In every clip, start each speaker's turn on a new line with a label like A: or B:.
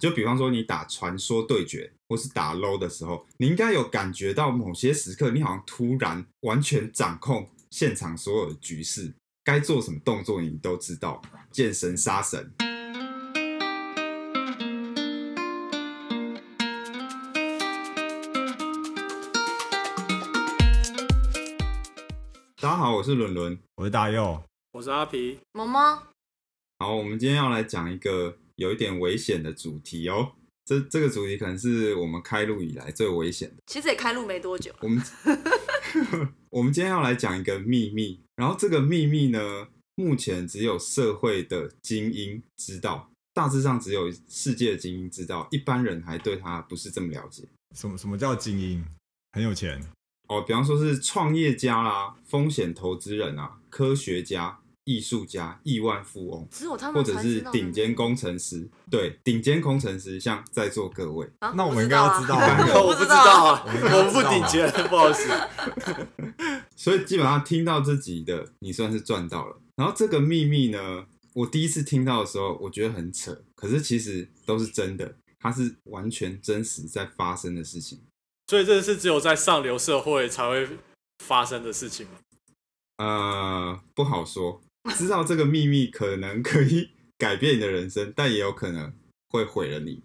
A: 就比方说你打传说对决或是打 low 的时候，你应该有感觉到某些时刻，你好像突然完全掌控现场所有的局势，该做什么动作你都知道，见神杀神。大家好，我是伦伦。
B: 我是大佑，
C: 我是阿皮，
D: 萌萌，
A: 好，我们今天要来讲一个有一点危险的主题哦。这这个主题可能是我们开录以来最危险的。
D: 其实也开录没多久，
A: 我们 我们今天要来讲一个秘密，然后这个秘密呢，目前只有社会的精英知道，大致上只有世界的精英知道，一般人还对他不是这么了解。
B: 什么什么叫精英？很有钱，
D: 啊
A: 哦，比方说是创业家啦、风险投资人啊、科学家、艺术家、亿万富翁，
D: 只有他
A: 或
D: 们
A: 者
D: 才知
A: 是
D: 道
A: 顶尖工程师，对，顶尖工程师，像在座各位，
D: 啊
B: 那我们
D: 不
B: 应该要
D: 啊
B: 知 道
C: 我
B: 我
C: 不
D: 不
C: 知
D: 知
C: 道
D: 道
C: 啊，
B: 我不知道
C: 我们不顶尖， 不好意思。
A: 所以基本上听到这集的你算是赚到了。然后这个秘密呢，我第一次听到的时候，我觉得很扯，可是其实都是真的，它是完全真实在发生的事情。
C: 所以这是只有在上流社会才会发生的事情吗？
A: 呃，不好说，知道这个秘密可能可以 改变你的人生，但也有可能会毁了你。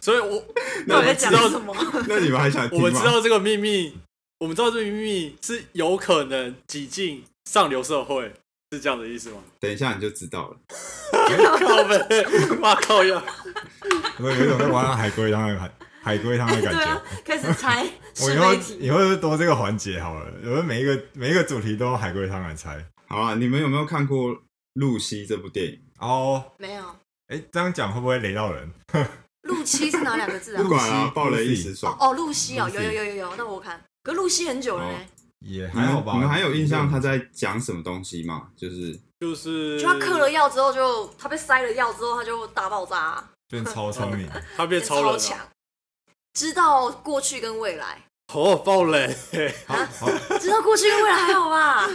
C: 所以我
D: 那我
C: 们
D: 在
C: 知
D: 讲
C: 道
D: 什么？
A: 那你们还想听
C: 我
A: 吗？
C: 们知道这个秘密，我们知道这个秘密是有可能挤进上流社会，是这样的意思吗？
A: 等一下你就知道了。
C: 靠呗， 妈靠呀！
B: 我有一种在玩海龟汤的海海龟汤的感
D: 对啊
B: 觉。，哦
D: 开始猜
B: 我以
D: 是
B: 后
D: 非题，
B: 以后就多这个环节好了，我们每一个每一个主题都用海龟汤来猜。
A: 好啊，你们有没有看过《露西》这部电影？
B: 哦，
D: 没有。
B: 哎，这样讲会不会雷到人？
D: 露西是哪两个字 啊
A: 不？管啊，
B: Lucy，
A: 爆雷一
B: Lucy
A: 时爽
D: 哦。哦，露西哦，
B: 露西哦
D: 有有有有有，那我看。可露西很久了呢，
B: 也
A: 你
B: 还
A: 们
B: 好吧。
A: 你们哦还有印象他在讲什么东西吗？就是
C: 就是
D: 就他嗑了药之后就，他被塞了药之后，他就大爆炸啊，
B: 变超聪明？
C: 他变
D: 变
C: 超
D: 超
C: 人了，
D: 强，知道过去跟未来，
C: 哦，爆雷！
B: 好好
D: 知道过去跟未来还好吧？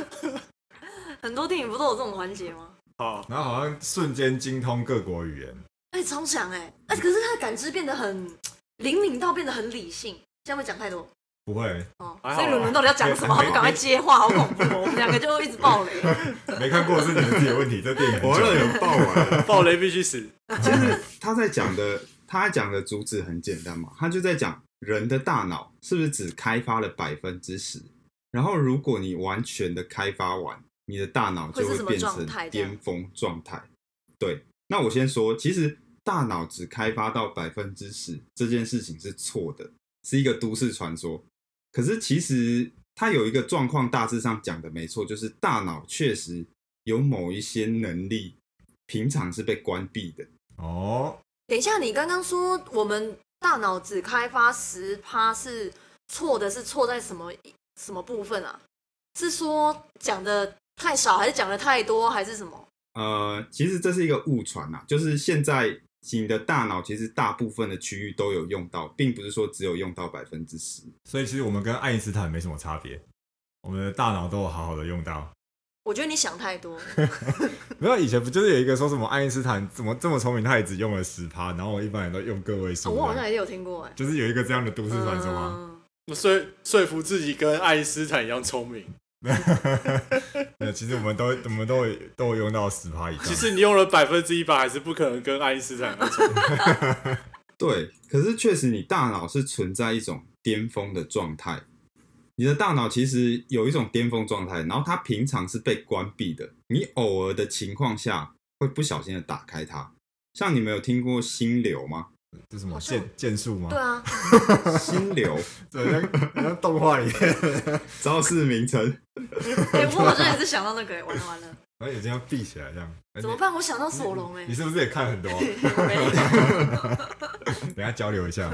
D: 很多电影不都有这种环节吗？
C: 好，
B: 然后好像瞬间精通各国语言。
D: 哎、超强哎、哎、可是他的感知变得很灵敏到变得很理性，这样会讲太多
B: 不会，
D: 哦。
C: 还好啊
D: 所以伦伦到底要讲什么？我们赶快接话，好恐怖哦！我们两个就一直爆雷。
B: 没看过是你们自己的问题。这电影很
A: 我
B: 久
A: 有
B: 了
A: 点爆完了。
C: 爆雷必须死。
A: 他在讲的，他讲的主旨很简单嘛，他就在讲人的大脑是不是只开发了百分之十，然后如果你完全的开发完，你的大脑就
D: 会是
A: 会
D: 什么
A: 变
D: 状态
A: 成
D: 这样
A: 巅峰状态。对，那我先说，其实大脑只开发到百分之十这件事情是错的，是一个都市传说。可是其实它有一个状况，大致上讲的没错，就是大脑确实有某一些能力，平常是被关闭的。
B: 哦，
D: 等一下，你刚刚说我们大脑只开发十趴是错的，是错在什么什么部分啊？是说讲的太少，还是讲的太多，还是什么？
A: 呃，其实这是一个误传呐，就是现在你的大脑其实大部分的区域都有用到，并不是说只有用到百分之十。
B: 所以其实我们跟爱因斯坦没什么差别，我们的大脑都有好好的用到。
D: 我觉得你想太 多。
B: 没有，以前不就是有一个说什么爱因斯坦怎么这么聪明，他也只用了十趴，然后我一般人都用个位
D: 哦
B: 数
D: 我好
B: 这
D: 像
B: 样，
D: 也有听过哎、
B: 就是有一个这样的都市传说啊。
D: 嗯
C: 说说服自己跟爱因斯坦一样聪明，
B: 呃，其实我们都我们都有都有用到十趴以上。
C: 其实你用了百分之一百，还是不可能跟爱因斯坦一样聪明。
A: 对，可是确实你大脑是存在一种巅峰的状态，你的大脑其实有一种巅峰状态，然后它平常是被关闭的，你偶尔的情况下会不小心的打开它。像你们有听过心流吗？
B: 这什
D: 好
B: 么
D: 像
B: 剑剑术吗
D: 对？啊，
A: 心流
B: 对，好像好像动画里面，
A: 招式名称，
D: 哎、不过我真的也是想到那个、哎，完了完 了，
B: 然后眼睛要闭起来这样。哎
D: 怎么办？我想到索隆哎、
B: 你是不是也看很多？
D: 没
B: 等一下交流一 下。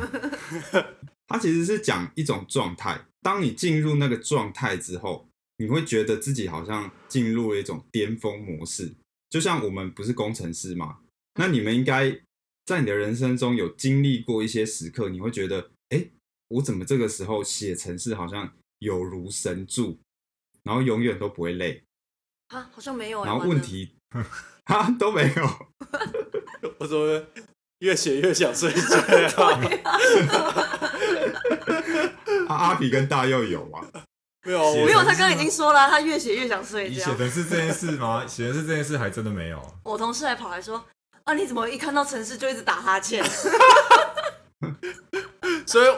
A: 它其实是讲一种状态。当你进入那个状态之后，你会觉得自己好像进入了一种巅峰模式。就像我们不是工程师嘛，那你们应该在你的人生中有经历过一些时刻，你会觉得，哎、我怎么这个时候写程式好像有如神助，然后永远都不会累，
D: 啊，好像没有哎、
A: 然后
D: 完了
A: 问题哈都没有。
C: 我怎么越写越想睡觉啊？
A: 啊，阿比跟大佑有啊，
C: 没有啊，
A: 写
C: 我
D: 没有，他刚刚已经说了，他越写越想睡
B: 你
D: 觉
B: 写。的是这件事吗？写的是这件事，还真的没有。
D: 我同事还跑来说：“啊，你怎么一看到城市就一直打哈欠？”
C: 所以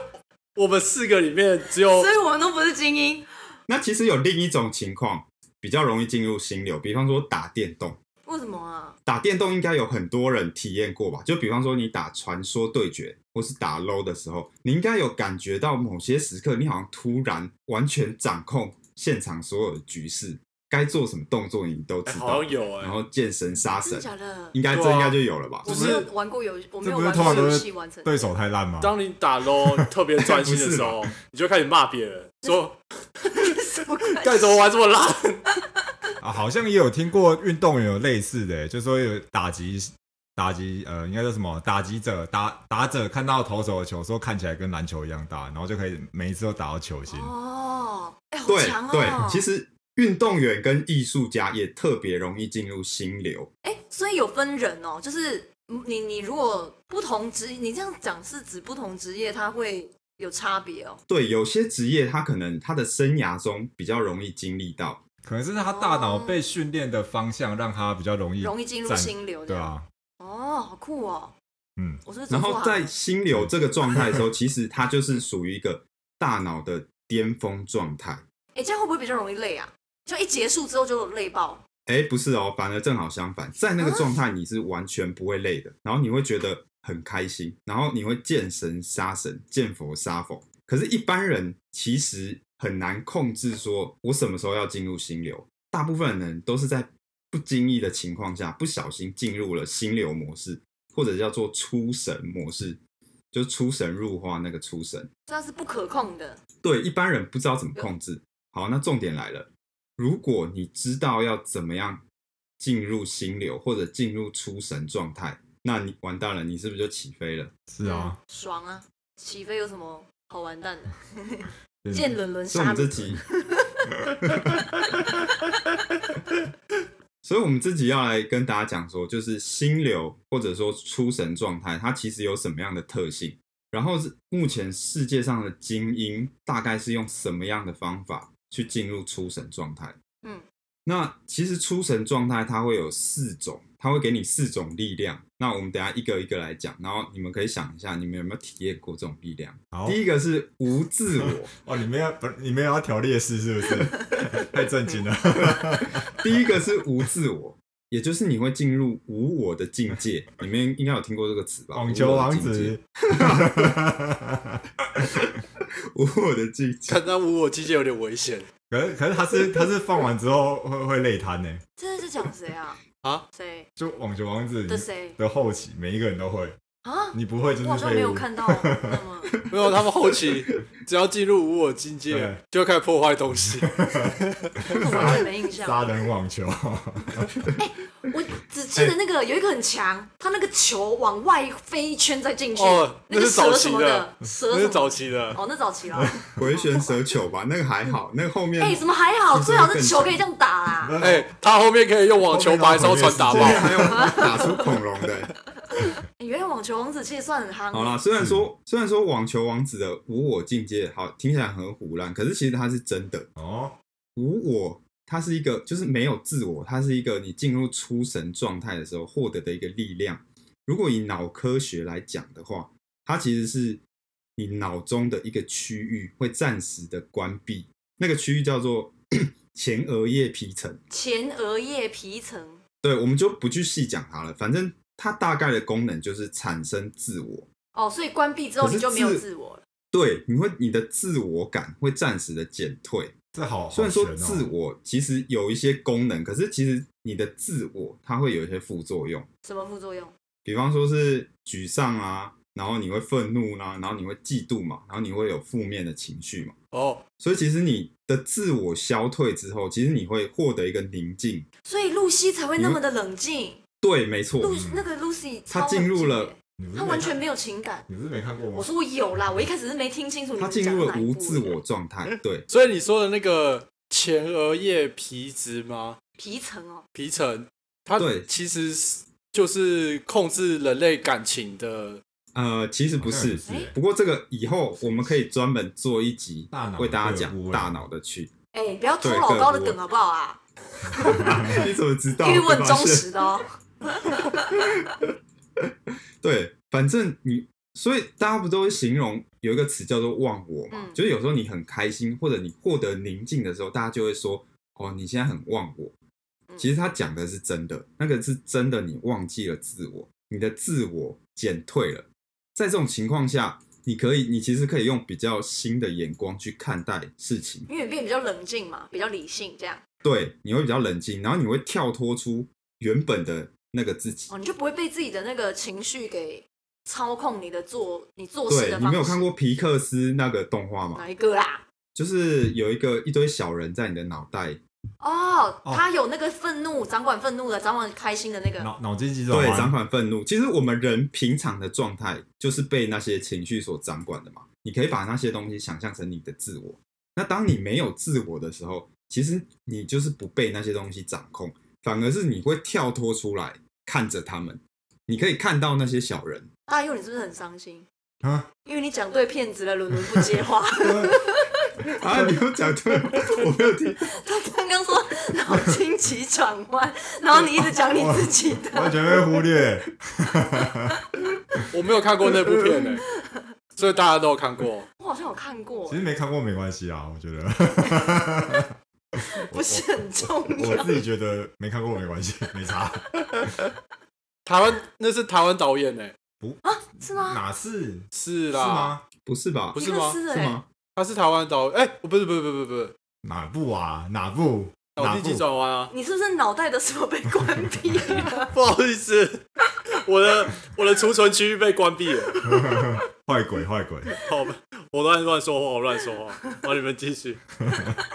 C: 我们四个里面只有
D: 所以我们都不是精英。
A: 那其实有另一种情况比较容易进入心流，比方说打电动。
D: 为什么啊？
A: 打电动应该有很多人体验过吧？就比方说你打传说对决或是打 LO w 的时候，你应该有感觉到某些时刻，你好像突然完全掌控现场所有的局势，该做什么动作你都
C: 哎
A: 知道
D: 哦
C: 好，像有哎、
A: 然后见神杀
D: 真
A: 神
D: 的，假的？
A: 应该
C: 对啊
A: 这应该就有了吧？
D: 我
B: 不
D: 没
B: 是
D: 有玩过游，我没
B: 这
D: 有
B: 不是
D: 玩
B: 通
D: 过
B: 常都
D: 游戏
B: 是
D: 完成。
B: 对手太烂吗？
C: 当你打 LO 特别专心的时候，你就开始骂别人，说
D: 什么鬼
C: 干什么玩这么烂？
B: 啊，好像也有听过运动员有类似的，欸就说有打击打击呃，应该叫什么打击者打打者看到投手的球，说看起来跟篮球一样大，然后就可以每一次都打到球心。
D: 哦，哎、好
A: 对
D: 强哦！
A: 对，其实运动员跟艺术家也特别容易进入心流。
D: 哎、所以有分人哦，就是你你如果不同职，你这样讲是指不同职业，它会有差别哦。
A: 对，有些职业他可能他的生涯中比较容易经历到，
B: 可能是他大脑被训练的方向，让他比较容易
D: 容易进入
B: 站
D: 心流这
B: 对
D: 样
B: 啊，
D: 哦，好酷哦！
B: 嗯，
D: 我 是不是
A: 然
D: 走
A: 后
D: 错行
A: 在
D: 了
A: 心流这个状态的时候，其实它就是属于一个大脑的巅峰状态。
D: 哎、这样会不会比较容易累啊？就一结束之后就累爆，
A: 哎，不是哦，反而正好相反，在那个状态你是完全不会累的，然后你会觉得很开心，然后你会见神杀神，见佛杀佛。可是，一般人其实很难控制，说我什么时候要进入心流。大部分人都是在不经意的情况下，不小心进入了心流模式，或者叫做出神模式，就是出神入化那个出神。
D: 这样是不可控的。
A: 对一般人不知道怎么控制。好，那重点来了，如果你知道要怎么样进入心流或者进入出神状态，那你完蛋了，你是不是就起飞了？
B: 是啊，
D: 嗯爽啊！起飞有什么好完蛋的？
B: 对
D: 嗯见伦伦
A: 所以我们
D: 杀
A: 这
D: 你，
A: 集，所以我们这集要来跟大家讲说，就是心流或者说出神状态，它其实有什么样的特性？然后是目前世界上的精英大概是用什么样的方法去进入出神状态？
D: 嗯，
A: 那其实出神状态它会有四种，它会给你四种力量。那我们等一下一个一个来讲，然后你们可以想一下，你们有没有体验过这种力量？
B: 好
A: 第一个是无自我，
B: 哦，你们要不你们要调劣势是不 是？太震惊了，
A: 第一个是无自我， 也就是你会进入无我的境界。你们应该有听过这个词吧？
B: 网球王子，
A: 无我的境界，无我的境界。
C: 看那无我境界有点危险
B: 可是可是他是他是放完之后会会累瘫呢，
D: 这是讲谁啊？
C: 啊！
D: 谁
B: 就网球王子
D: 的谁
B: 的后期每一个人都会，
D: 啊？
B: 你不会就是
D: 我好像
B: 废
D: 没有
B: 物
D: 看到那么。
C: 没有，他们后期只要进入无我境界
B: 对，
C: 就开始破坏东西。
D: 我完全没印象。
B: 杀人网 球，
D: 我只记得那个有一个很强，他那个球往外飞一圈再进去，
C: 哦
D: 那个蛇什么的，蛇
C: 那
D: 什
C: 是
D: 么
C: 早期的，
D: 哦，那早期了。
A: 回旋蛇球吧，那 个还好，那个后面
D: 哎、怎么还好？
A: 其实
D: 最好是
A: 更
D: 球可以这样打啦。
C: 哎、他后面可以用网球把一艘船打
A: 后
C: 爆。
A: 面还有打出恐龙的、
D: 哎原来网球王子其实算很
A: 好
D: 夯，
A: 啦，虽然
B: 嗯
A: 说虽然说网球王子的无我境界好听起来很胡乱，可是其实它是真的。
B: 哦，
A: 无我，它是一个就是没有自我，它是一个你进入出神状态的时候获得的一个力量。如果以脑科学来讲的话，它其实是你脑中的一个区域会暂时的关闭，那个区域叫做 前额叶皮层。
D: 前额叶皮层。
A: 对，我们就不去细讲它了，反正它大概的功能就是产生自我。
D: 哦，所以关闭之后
A: 可是
D: 你就没有
A: 自
D: 自我了。
A: 对，你会你的自我感会暂时的减退，
B: 这好，
A: 虽然
B: 好
A: 说
B: 悬哦
A: 自我其实有一些功能，可是其实你的自我它会有一些副作用，
D: 什么副作用？
A: 比方说是沮丧啊，然后你会愤怒啦、然后你会嫉妒嘛，然后你会有负面的情绪嘛。
C: 哦，
A: 所以其实你的自我消退之后，其实你会获得一个宁静。
D: 所以露西才会那么的冷静。
A: 对，没错，
D: 露那个 Lucy，
A: 嗯她
D: 超冷
A: 进入
D: 静
A: 了
D: 耶，
B: 你不是
D: 她
B: 没
D: 完
B: 看
D: 全没有情感。
B: 你不是没看过吗
D: 我？说我有啦，我一开始是没听清楚你
A: 它
D: 们
A: 进
D: 讲
A: 入
D: 哪
A: 了
D: 一
A: 无
D: 部
A: 自我状态。
B: 嗯
A: 对，
C: 所以你说的那个前额叶皮质吗？
D: 皮层哦。
C: 皮层，它
A: 对
C: 其实是就是控制人类感情的，
A: 呃，其实不是，
B: 好像也
D: 哎
B: 欸
A: 不过这个以后我们可以专门做一集
B: 大脑的
A: 为大家
B: 部
A: 讲
B: 位
A: 大脑的区。
D: 哎、不要偷老高的梗好不好 啊？
A: 你怎么知道？
D: 因为我很
A: 被
D: 忠
A: 发现
D: 实的哦。
A: 对，反正你，所以大家不都会形容有一个词叫做忘我嘛？
D: 嗯
A: 就是有时候你很开心或者你获得宁静的时候，大家就会说：“哦，你现在很忘我。”
D: 嗯
A: 其实他讲的是真的，那个是真的，你忘记了自我，你的自我减退了。在这种情况下，你可以，你其实可以用比较新的眼光去看待事情。
D: 因为你变比较冷静嘛，比较理性这样，
A: 对，你会比较冷静，然后你会跳脱出原本的那个自己。
D: 哦，你就不会被自己的那个情绪给操控你的做你做事
A: 对
D: 的方式。
A: 你没有看过皮克斯那个动画吗？
D: 哪一个啦？
A: 就是有一个一堆小人在你的脑袋，
D: 哦，
B: 哦
D: 他有那个愤怒，掌管愤怒的，掌管开心的那个。
B: 脑脑筋急转
A: 对，掌
B: 弯，
A: 管愤怒。其实我们人平常的状态就是被那些情绪所掌管的嘛。你可以把那些东西想象成你的自我。那当你没有自我的时候，其实你就是不被那些东西掌控，反而是你会跳脱出来看着他们。你可以看到那些小人，
D: 大佑，你是不是很伤心？
B: 啊，
D: 因为你讲对骗子了，伦伦不接 话。
A: 啊，你又讲对了， 我没有听，
D: 他刚刚说脑筋急转弯，然后你一直讲你自己的。
B: 完全被忽略。
C: 我没有看过那部片呢、所以大家都有看过。
D: 我好像有看过
B: 其，实没看过没关系啊，我觉得
D: 不是很重
B: 我
D: 要。
B: 自己觉得没看过没关系， 没差。
C: 台湾那是台湾导演呢、
D: 是吗？
B: 哪是？
A: 啊
C: 是
B: 是
C: 啦，
B: 吗？
A: 不是吧？
C: 不是吗
D: 皮克斯
A: 是
D: 哎
A: 吗？
C: 他是台湾导，哎、不是不是不是不是
B: 哪部啊？哪部？
C: 不是，
B: 哪
C: 脑筋急
B: 部？
C: 转弯啊，
D: 你是不是脑袋的什么被关闭 了？
C: 不好意思，我的我的储存区域被关闭了，
B: 坏鬼，坏鬼。
C: 好吧，我乱乱说话，我乱说话，好，你们继续。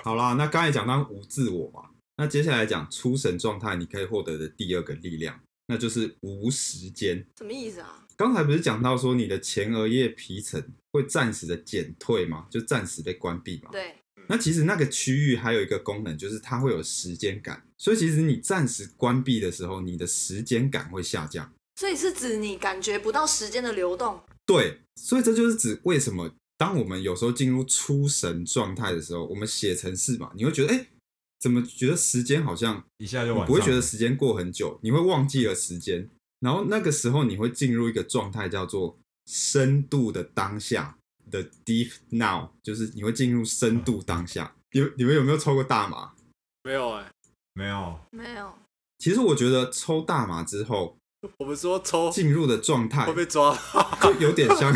A: 好啦，那刚才讲到无自我嘛，那接下来讲出神状态，你可以获得的第二个力量，那就是无时间。
D: 什么意思啊？
A: 刚才不是讲到说你的前额叶皮层会暂时的减退嘛，就暂时被关闭嘛。
D: 对，
A: 那其实那个区域还有一个功能，就是它会有时间感，所以其实你暂时关闭的时候，你的时间感会下降。
D: 所以是指你感觉不到时间的流动。
A: 对，所以这就是指为什么当我们有时候进入出神状态的时候，我们写程式嘛，你会觉得哎、诶怎么觉得时间好像
B: 一下
A: 你
B: 就晚上了。
A: 不会觉得时间过很久，你会忘记了时间，然后那个时候你会进入一个状态，叫做深度的当下的 deep now，就是你会进入深度当下。你们你们有没有抽过大麻？
C: 没有哎、
B: 没有？
D: 没有，
A: 其实我觉得抽大麻之后
C: 我们说抽
A: 进入的状态
C: 会被抓，
A: 就有点 像，。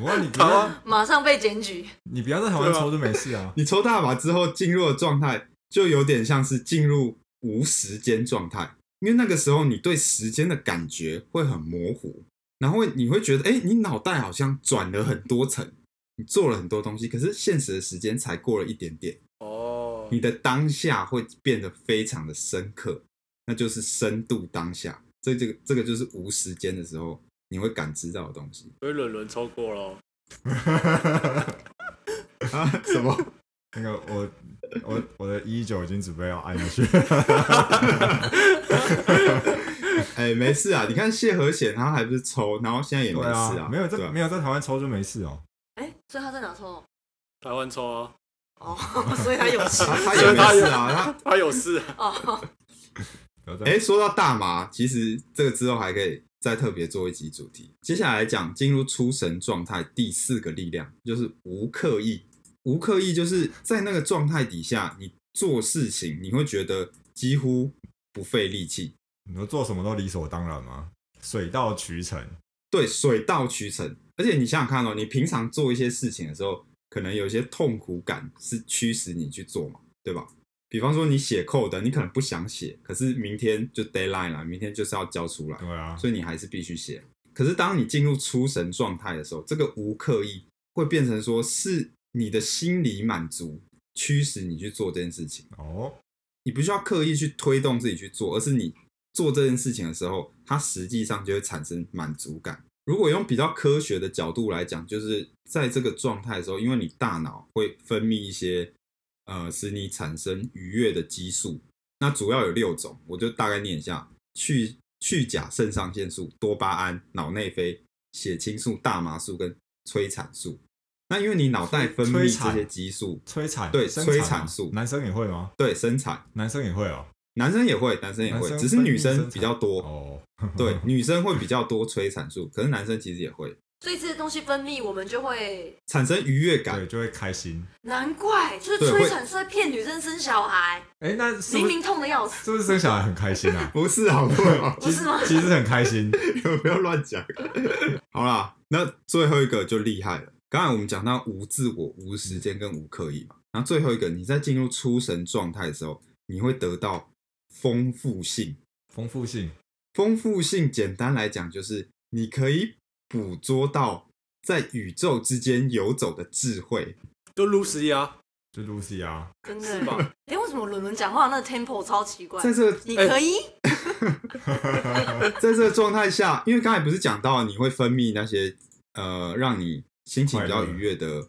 B: 我你不
C: 台
B: 要，
C: 湾
D: 马上被检举。
B: 你不要在台湾抽就没事啊
A: 你抽大麻之后进入的状态就有点像是进入无时间状态，因为那个时候你对时间的感觉会很模糊，然后会你会觉得，哎、你脑袋好像转了很多层，你做了很多东西，可是现实的时间才过了一点点，
C: 哦，
A: 你的当下会变得非常的深刻，那就是深度当下。这这个这个就是无时间的时候你会感知到的东西
C: 所以伦伦抽过咯。
A: 啊？什么？
B: 那个我我我的一九已经准备要按下去，
A: 哎、没事啊！你看谢和弦，他还不是抽，然后现在 也没
B: 对
A: 事
B: 啊，没有
A: 对啊
B: 在没有在台湾抽就没事哦。
D: 哎，所以他在哪抽？
C: 台湾抽啊，
D: 哦， 所以他有事
A: 他他也没事啊，他
C: 他有事，
D: 哦。
B: 不要再
A: 哎、说到大麻，其实这个之后还可以再特别做一集主题。接下来讲进入出神状态第四个力量，就是无刻意。无刻意就是在那个状态底下，你做事情你会觉得几乎不费力气，
B: 你说做什么都理所当然吗？水到渠成，
A: 对，水到渠成。而且你想想看哦，你平常做一些事情的时候，可能有一些痛苦感是驱使你去做嘛，对吧？比方说你写 code，你可能不想写，可是明天就 deadline 了，明天就是要交出来。
B: 对啊，
A: 所以你还是必须写。可是当你进入出神状态的时候，这个无刻意会变成说是你的心理满足驱使你去做这件事情，
B: 哦，
A: 你不需要刻意去推动自己去做，而是你做这件事情的时候，它实际上就会产生满足感。如果用比较科学的角度来讲，就是在这个状态的时候，因为你大脑会分泌一些呃使你产生愉悦的激素，那主要有六种，我就大概念一下：去去甲肾上腺素、多巴胺、脑内啡、血清素、大麻素跟催产素。那因为你脑袋分泌
B: 催产
A: 这些激素，
B: 催产
A: 对
B: 生
A: 催
B: 啊
A: 产素
B: 男生也会吗？
A: 对生产，
B: 男生也会哦，
A: 男生也会，男生也会
B: 男，生
A: 只是
B: 分
A: 女
B: 泌生
A: 生
B: 产
A: 比较多，
B: 哦，
A: 对，女生会比较多催产素，可是男生其实也会
D: 所以这些东西分泌，我们就会
A: 产生愉悦感
B: 对，。就会开心。
D: 难怪，就是
A: 对
D: 催
A: 会？
D: 产素在骗女生生小孩，
B: 哎，那是
D: 明
B: 不是
D: 明痛的要死，
B: 是不是生小孩很开心啊
A: 不是好不 好？
D: 不是吗？
B: 其实很开心，
A: 不要乱讲。好啦，那最后一个就厉害了。刚才我们讲到无自我、无时间跟无刻意嘛，然后最后一个，你在进入出神状态的时候，你会得到丰富性。
B: 丰富性
A: 丰富性简单来讲，就是你可以捕捉到在宇宙之间游走的智慧。
C: 就 Lucy 啊，
B: 就 Lucy 啊，
D: 真
C: 是
D: 的。
C: 吧？
D: 哎，为什么伦伦讲话那个 tempo 超奇怪？
A: 在这个哎
D: 你可以？
A: 在这个状态下，因为刚才不是讲到你会分泌那些呃让你心情比较愉悦的，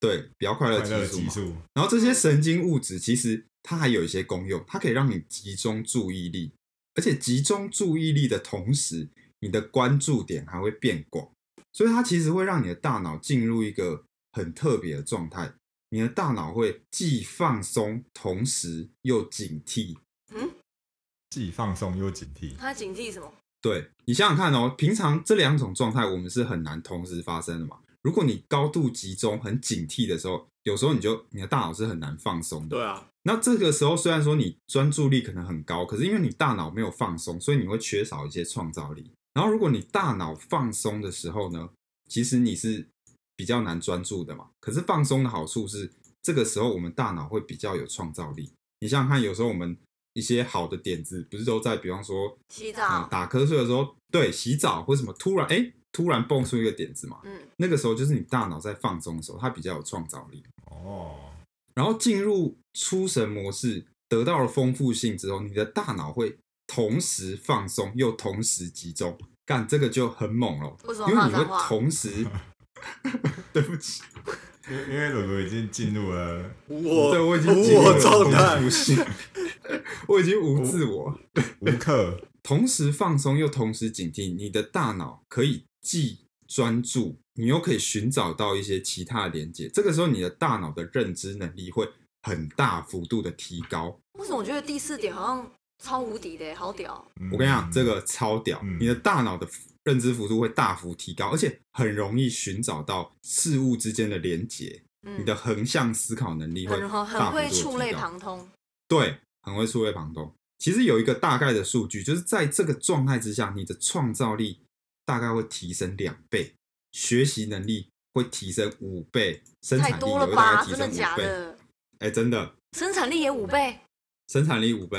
A: 对，比较快乐
B: 快
A: 激
B: 乐
A: 素
B: 激
A: 嘛。
B: 素，
A: 然后这些神经物质其实它还有一些功用，它可以让你集中注意力，而且集中注意力的同时，你的关注点还会变广，所以它其实会让你的大脑进入一个很特别的状态。你的大脑会既放松，同时又警惕。
B: 既放松又警惕。
D: 他警惕什么？
A: 对你想想看哦，平常这两种状态我们是很难同时发生的嘛。如果你高度集中、很警惕的时候，有时候你就你的大脑是很难放松的。
C: 对啊，
A: 那这个时候虽然说你专注力可能很高，可是因为你大脑没有放松，所以你会缺少一些创造力。然后如果你大脑放松的时候呢，其实你是比较难专注的嘛。可是放松的好处是，这个时候我们大脑会比较有创造力。你想想看，有时候我们一些好的点子，不是都在比方说、
D: 洗
A: 呃
D: 澡？
A: 打瞌睡的时候，对，洗澡或什么，突然哎、诶突然蹦出一个点子嘛，
D: 嗯，
A: 那个时候就是你大脑在放松的时候，它比较有创造力。
B: 哦，
A: 然后进入出神模式，得到了丰富性之后，你的大脑会同时放松又同时集中，干这个就很猛了，
D: 为什么
A: 因为
D: 骂
A: 你会
D: 脏话？
A: 同时，对不起，
B: 因为因为伦伦已经进入了
C: 我
A: 对我已经进入
C: 我
A: 了
C: 状态
A: 丰富性， 我已经无自我，
B: 无 课，
A: 同时放松又同时警惕，你的大脑可以既专注，你又可以寻找到一些其他的连接，这个时候你的大脑的认知能力会很大幅度的提高。
D: 为什么我觉得第四点好像超无敌的，好屌？
B: 嗯
A: 我跟你讲，这个超屌，
B: 嗯
A: 你的大脑的认知幅度会大幅提高，而且很容易寻找到事物之间的连结，
D: 嗯
A: 你的横向思考能力会
D: 很很
A: 大
D: 很
A: 幅度
D: 会
A: 地提
D: 触类
A: 高，
D: 旁通。
A: 对，很会触类旁通。其实有一个大概的数据，就是在这个状态之下，你的创造力大概会提升两倍，学习能力会提升五倍，生产
D: 太
A: 力
D: 多
A: 也
D: 了
A: 会大
D: 吧？
A: 概提
D: 真
A: 升
D: 的
A: 五
D: 假
A: 倍。
D: 的？
A: 哎，真的，
D: 生产力也五倍，
A: 生产力五倍，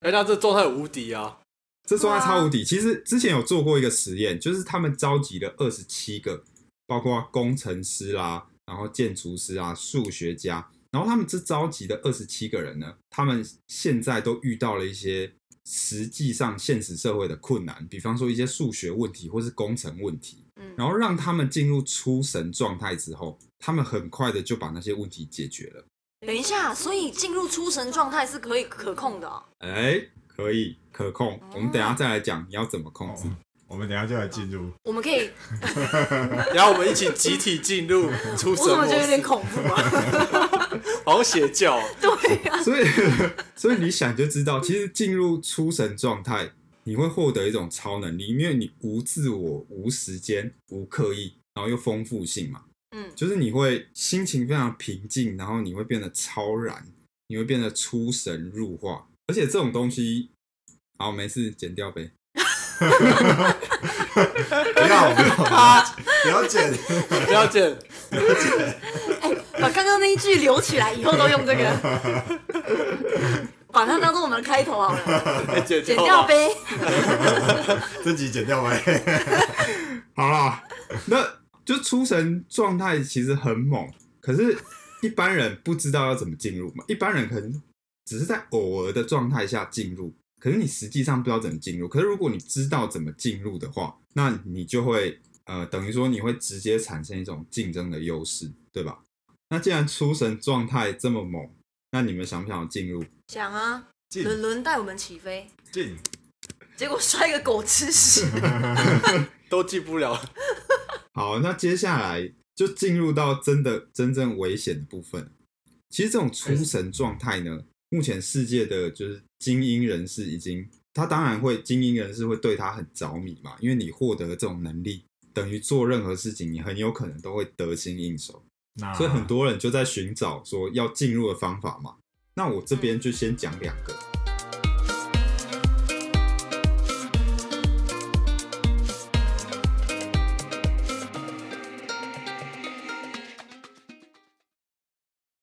C: 哎，那这状态无敌啊！
A: 这状态超无敌。其实之前有做过一个实验，就是他们召集了二十七个，包括工程师啦，然后建筑师啊、数学家，然后他们这召集的二十七个人呢，他们现在都遇到了一些实际上现实社会的困难，比方说一些数学问题或是工程问题，
D: 嗯，
A: 然后让他们进入出神状态之后，他们很快的就把那些问题解决了。
D: 等一下，所以进入出神状态是可以可控的哦、
A: 哎，可以可控，我们等一下再来讲你要怎么控制。
B: 哦我们等一下就来进入
D: 我们 可以，
C: 然后我们一起集体进入出
D: 我
C: 神
D: 怎么
C: 模
D: 觉得有点
C: 式，
D: 恐怖啊？
C: 好像邪教哦。
D: 对啊，
A: 所以， 所以你想就知道，其实进入出神状态，你会获得一种超能力，因为你无自我、无时间、无刻意，然后又丰富性嘛，
D: 嗯，
A: 就是你会心情非常平静，然后你会变得超然，你会变得出神入化，而且这种东西，好没事，剪掉呗。
B: 不要不要
D: 啊
B: 不要剪，
C: 不要剪，
D: 把刚刚那一句留起来，以后都用 这个，把它当做我们的开头好了，
C: 哎剪
D: 剪
C: 吧
D: 掉。呗。
B: 这集剪掉呗。
A: 好啦，那就出神状态其实很猛，可是一般人不知道要怎么进入嘛。一般人可能只是在偶尔的状态下进入，可是你实际上不知道怎么进入。可是如果你知道怎么进入的话，那你就会呃，等于说你会直接产生一种竞争的优势，对吧？那既然出神状态这么猛，那你们想不想要进入？
D: 讲啊，
B: 进
D: 伦伦带我们起飞，
B: 进，
D: 结果摔个狗吃屎。
C: 都记不了。
A: 好，那接下来就进入到真的真正危险的部分。其实这种出神状态呢，目前世界的就是精英人士已经，他当然会精英人士会对他很着迷嘛，因为你获得这种能力，等于做任何事情，你很有可能都会得心应手。
B: 那
A: 所以很多人就在寻找说要进入的方法嘛。那我这边就先讲两个，